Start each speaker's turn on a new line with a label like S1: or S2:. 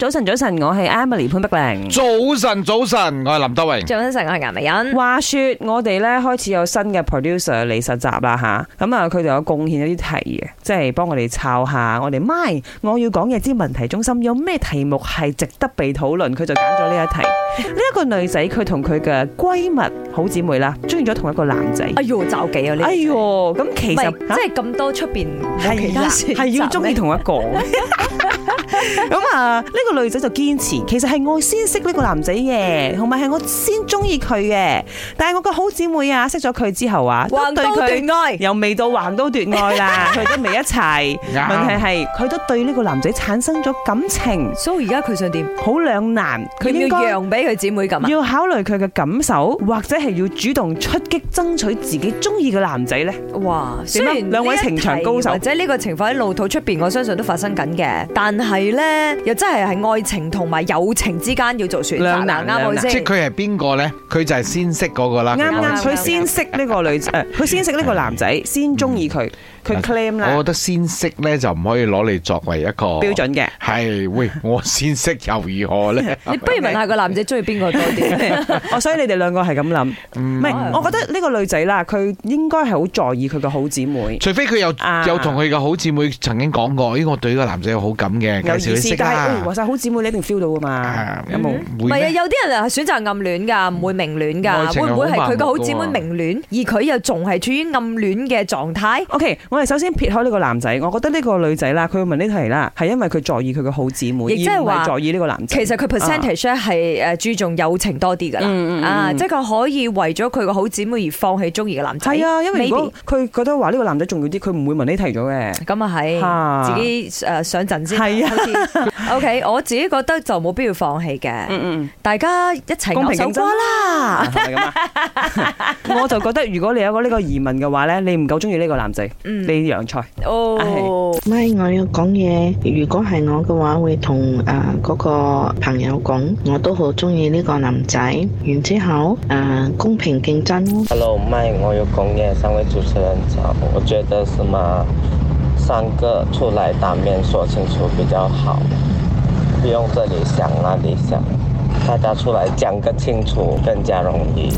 S1: 早晨，早晨，我係 Emily 潘碧玲。
S2: 嗯早晨，早晨，我係林德榮。
S3: 早晨，我係顏美欣。
S1: 話說我哋咧開始有新嘅 producer 嚟實習啦吓，咁啊佢哋有貢獻一啲題嘅，即係幫我哋抄下我哋 my 我要講嘢之問題中心有咩題目係值得被討論，佢就揀咗呢一題。呢一個女仔佢同佢嘅閨蜜好姊妹啦，中意咗同一個男仔。
S3: 哎呦，就幾啊呢？
S1: 哎，喲，咁其
S3: 唔
S1: 實啊
S3: 係
S1: 嚇
S3: 即係咁多出邊冇其
S1: 係啦，
S3: 他選擇
S1: 係要中意 同一 個。咁啊，呢個女仔就堅持，其實係我先識呢個男仔嘅，同埋係我先中意佢嘅。但係我個好姊妹啊，識咗佢之後啊，
S3: 橫
S1: 對
S3: 刀
S1: 佢
S3: 斷愛。
S1: 又未到橫刀奪愛啦，佢都未一齊。
S2: 啱
S3: 啊
S1: 問題係佢都對呢個男仔產生咗感情，
S3: 所以而家佢想點？
S1: 好兩難。佢
S3: 佢
S1: 應
S3: 要
S1: 該
S3: 讓俾佢姊妹咁啊？
S1: 要考慮佢嘅感受，或者係要主動出擊，爭取自己中意嘅男仔呢。
S3: 哇！雖
S1: 點啊
S3: 然
S1: 兩位
S3: 呢一
S1: 情場高手
S3: 題或者呢個情況喺路途出邊，我相信都發生緊嘅。但係咧，又真係係愛情同埋友情之間要做選擇
S1: 兩
S3: 啦，
S1: 難
S3: 啱我
S1: 兩難
S2: 即係
S3: 先。
S2: 佢係邊個咧？佢就係先識嗰個啦。
S1: 啱
S3: 啱
S1: 啱
S3: 啱
S1: 佢先識呢個女 仔，誒佢先識呢個男仔，先中意佢，佢 claim
S2: 嗯我覺
S1: 啦
S2: 得先識咧就唔可以攞嚟作為一個
S1: 嗯標。準 嘅。
S2: 係喂，我先識又如何 咧？
S3: 你不如問下個男仔中意邊個多啲？
S1: 哦，所以你哋兩個係咁諗，
S2: 嗯
S1: 唔係，我覺得呢個女仔啦，佢應該係好在意佢個好姊妹。
S2: 除非佢有
S1: 啊
S2: 有同佢嘅好姊妹曾經講過，咦，我對呢個男仔有好感嘅，介
S1: 有
S2: 紹
S1: 意
S2: 你
S1: 思
S2: 識，
S1: 但係
S2: 啦
S1: 哎話。晒好姊妹，你一定 feel 到噶嘛
S2: 啊？
S1: 有冇？
S2: 嗯
S3: 唔
S2: 會
S3: 係啊，
S2: 咩？
S3: 有啲人係選擇暗戀㗎，唔會明戀
S2: 愛
S3: 㗎。
S2: 情係
S3: 會唔會係佢個
S2: 好
S3: 好
S2: 盲目
S3: 姊妹
S2: 㗎喎
S3: 明戀，而佢又仲係處於暗戀嘅狀態？
S1: OK，我哋首先撇開呢個男仔，我覺得呢個女仔啦，佢會問呢題啦，係因為佢在意佢個好姊妹，而
S3: 亦即係
S1: 唔係
S3: 話
S1: 在意呢個男仔。
S3: 其實佢 percentage 咧係誒呃注重友情多啲㗎
S1: 啊嗯嗯嗯
S3: 啦，啊，即係佢可以為咗佢個好姊妹而放棄中意嘅男仔。
S1: 係啊，因為如果
S3: Maybe
S1: 佢覺得話呢個男仔重要啲，佢唔會問呢題咗嘅。
S3: 咁
S1: 啊
S3: 啊係，自己誒上陣先。
S1: 係啊
S3: 啊，OK，我自己覺得就冇必要放棄嘅，
S1: 嗯。
S3: 大家一齊
S1: 公
S3: 咬
S1: 平
S3: 手
S1: 競爭
S3: 瓜啦。
S1: 係咪咁啊 我就覺得如果你有個呢個疑問嘅話咧，你唔夠中意呢個男仔，
S3: 嗯
S1: 你洋菜。
S3: 哦，
S4: 咪我要講嘢，如果係我嘅話，會同啊嗰個朋友講，我都好中意呢個男仔。然之後啊，公平競爭咯。
S5: Hello，麦，我有工业三位主持人早。我觉得什么三个出来当面说清楚比较好，不用这里想那里想，大家出来讲个清楚更加容易。